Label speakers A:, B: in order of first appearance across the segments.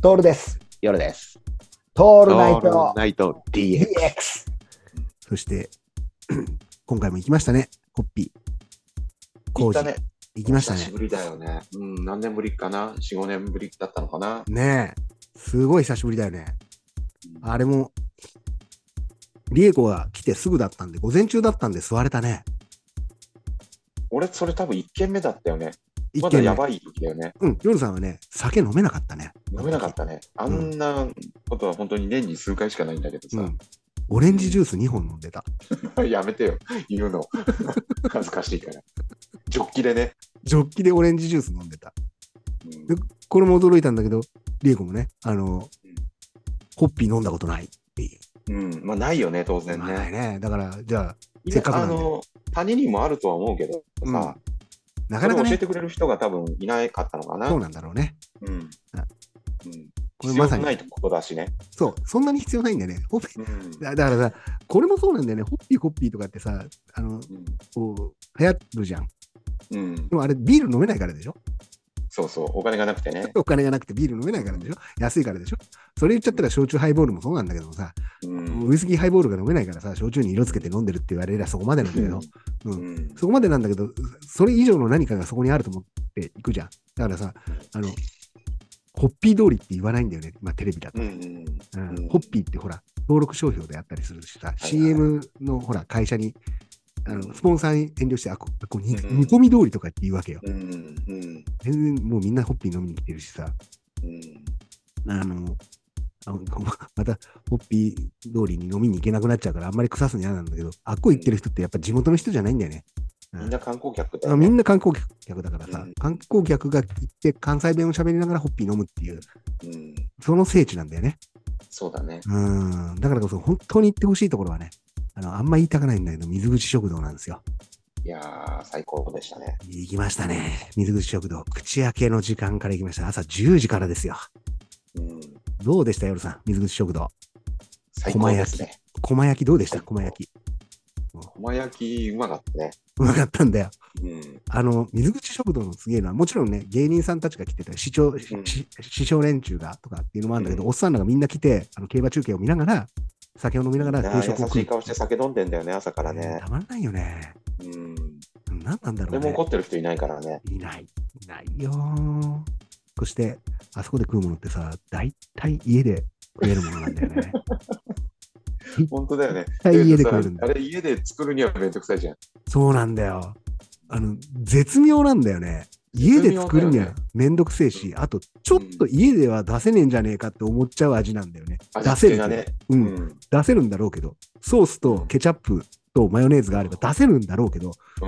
A: トールです。
B: 夜です。
A: ト
B: オ
A: ールナイト
B: ナイト DX。
A: DX。
C: そして、 今回も行きましたね、コッピー。
B: 行
C: 工
B: っ
C: 事
B: たね。
C: 行きました
B: 久し
C: ね。
B: ぶりだよね。うん、何年ぶりかな ?4、5年ぶりだったのかな
C: ねえ、すごい久しぶりだよね。あれも、リエコが来てすぐだったんで、午前中だったんで座れたね。
B: 俺、それ多分1軒目だったよね。
C: 一
B: まだ
C: 軒
B: や
C: 目。
B: ばい時だよね。
C: うん、夜さんはね、酒飲めなかったね。
B: 飲めなかったね。あんなことは本当に年に数回しかないんだけど
C: う
B: さ
C: ん。オレンジジュース2本飲んでた。。
B: やめてよ、言うの。 恥ずかしいから。ジョッキでね。
C: ジョッキでオレンジジュース飲んでた。
B: うん
C: でこれも驚いたんだけど、リエコもね、あの
B: うん、
C: コッピー飲んだことないっていう。
B: うん、まあないよね、当然
C: まあない
B: ね。
C: ね。だから、じゃあ、
B: いや
C: せっかくな
B: あ
C: んで
B: の、他人にもあるとは思うけど
C: うん
B: さ、
C: な
B: そ
C: か
B: れ
C: なか
B: を教え
C: ね、
B: てくれる人が多分いなかったのかな。
C: そうなんだろうね。
B: うん。うん。
C: これ
B: 必要
C: まさに
B: ないことだしね。
C: そう、そんなに必要ないんだよね。ホッピー
B: うん
C: だだからさ、これもそうなんだよね。ホッピーホッピーとかってさ、あの、こう、流行るじゃん。
B: うん
C: で、もあれ、ビール飲めないからでしょ
B: そうそう、お金がなくてね。
C: お金がなくてビール飲めないからでしょ安いからでしょそれ言っちゃったら焼酎ハイボールもそうなんだけどもさ、
B: うん。
C: ウイスキーハイボールが飲めないからさ、焼酎に色つけて飲んでるって言われりゃそこまでなんだけど、
B: う
C: うん
B: ん。
C: そこまでなんだけど、それ以上の何かがそこにあると思っていくじゃん。だからさ、あの、ホッピー通りって言わないんだよね。まあ、テレビだと
B: う。ん。
C: うん
B: うん
C: ホッピーってほら、登録商標であったりするしさ、
B: はい
C: CM のほら、会社に、あのスポンサーに遠慮して、あ、ここに、
B: うん
C: 煮込み通りとかって言うわけよ。
B: うん。うん。うん。
C: 全然もうみんなホッピー飲みに来てるしさ、あの、あの またホッピー通りに飲みに行けなくなっちゃうから、あんまり腐すの嫌なんだけど、あっこ行ってる人ってやっぱ地元の人じゃないんだよね。
B: みんな観光客だ
C: あ
B: よ
C: み
B: ね。
C: んな観光客だからさ、
B: うん
C: 観光客が行って関西弁を喋りながらホッピー飲むっていう、
B: うん。
C: その聖地なんだよね。
B: そうだね。
C: うん、だからこそ本当に行ってほしいところはね、あの、あんま言いたくないんだけど、水口食堂なんですよ。
B: いやー、最高でしたね。
C: 行きましたね。水口食堂。口開けの時間から行きました。朝10時からですよ。
B: うん。
C: どうでした、夜さん。水口食堂。
B: 最高ですね。
C: 駒焼きどうでした駒焼き。
B: 駒焼きうまかったね。
C: うまかったんだよ。
B: うん。
C: あの、水口食堂のすげえのは、もちろんね、芸人さんたちが来てたり、市長、し市長連中がとかっていうのもあるんだけど、
B: う
C: おっさんらがみんな来て、あの競馬中継を見ながら、酒を飲みながら
B: なあ
C: 定食を
B: 優
C: 食
B: し
C: う
B: い顔して酒飲んでんだよね、朝からね。
C: たまらないよね。
B: うん。
C: 何なんだろうね。
B: でも怒ってる人いないからね。
C: いない。いないよーそして、あそこで食うものってさ、大体家で食えるものなんだよ ね。
B: 本当だよね。
C: 絶対家で食えるん
B: あ
C: だよ。
B: れ、家で作るにはめんどくさいじゃん。
C: そうなんだよ。あの、絶妙なんだよね。家で作るにはめんどくせえし、あと、ちょっと家では出せねえんじゃねえかって思っちゃう味なんだよね。出
B: 味
C: せ
B: 付け
C: る
B: がね。
C: う、
B: うんん。
C: 出せるんだろうけど、ソースとケチャップとマヨネーズがあれば出せるんだろうけど、
B: う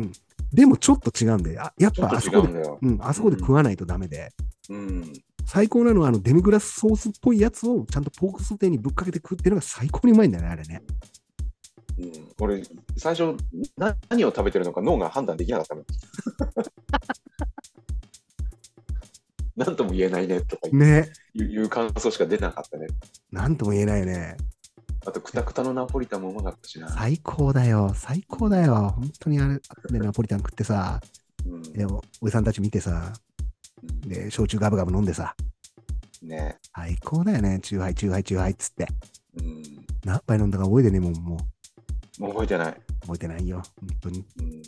B: ん。
C: でもちょっと違うんで、あやっ
B: ちょ
C: ぱあ
B: っと
C: そ
B: 違う
C: こ
B: ん
C: で、
B: だよ。
C: うん、あそこで食わないとダメで、
B: うん。
C: 最高なのはあのデミグラスソースっぽいやつをちゃんとポークソテーにぶっかけて食うっていうのが最高にうまいんだよね、あれね。
B: うん、俺、最初な、何を食べてるのか脳が判断できなかったの。 なんとも言えないねとかいう
C: ね。
B: いう感想しか出なかったね。
C: なんとも言えないよね。
B: あと、くたくたのナポリタンもうまかったしな。
C: 最高だよ。最高だよ。本当にあれ、でナポリタン食ってさ、
B: うん
C: でおおじさんたち見てさ、で、焼酎ガブガブ飲んでさ、
B: ね、
C: 最高だよね。チューハイ、チューハイ、チューハイっつって。
B: うん。
C: 何杯飲んだか覚えてねえもん、もう
B: もう覚えてない。
C: 覚えてないよ。本当に。
B: うん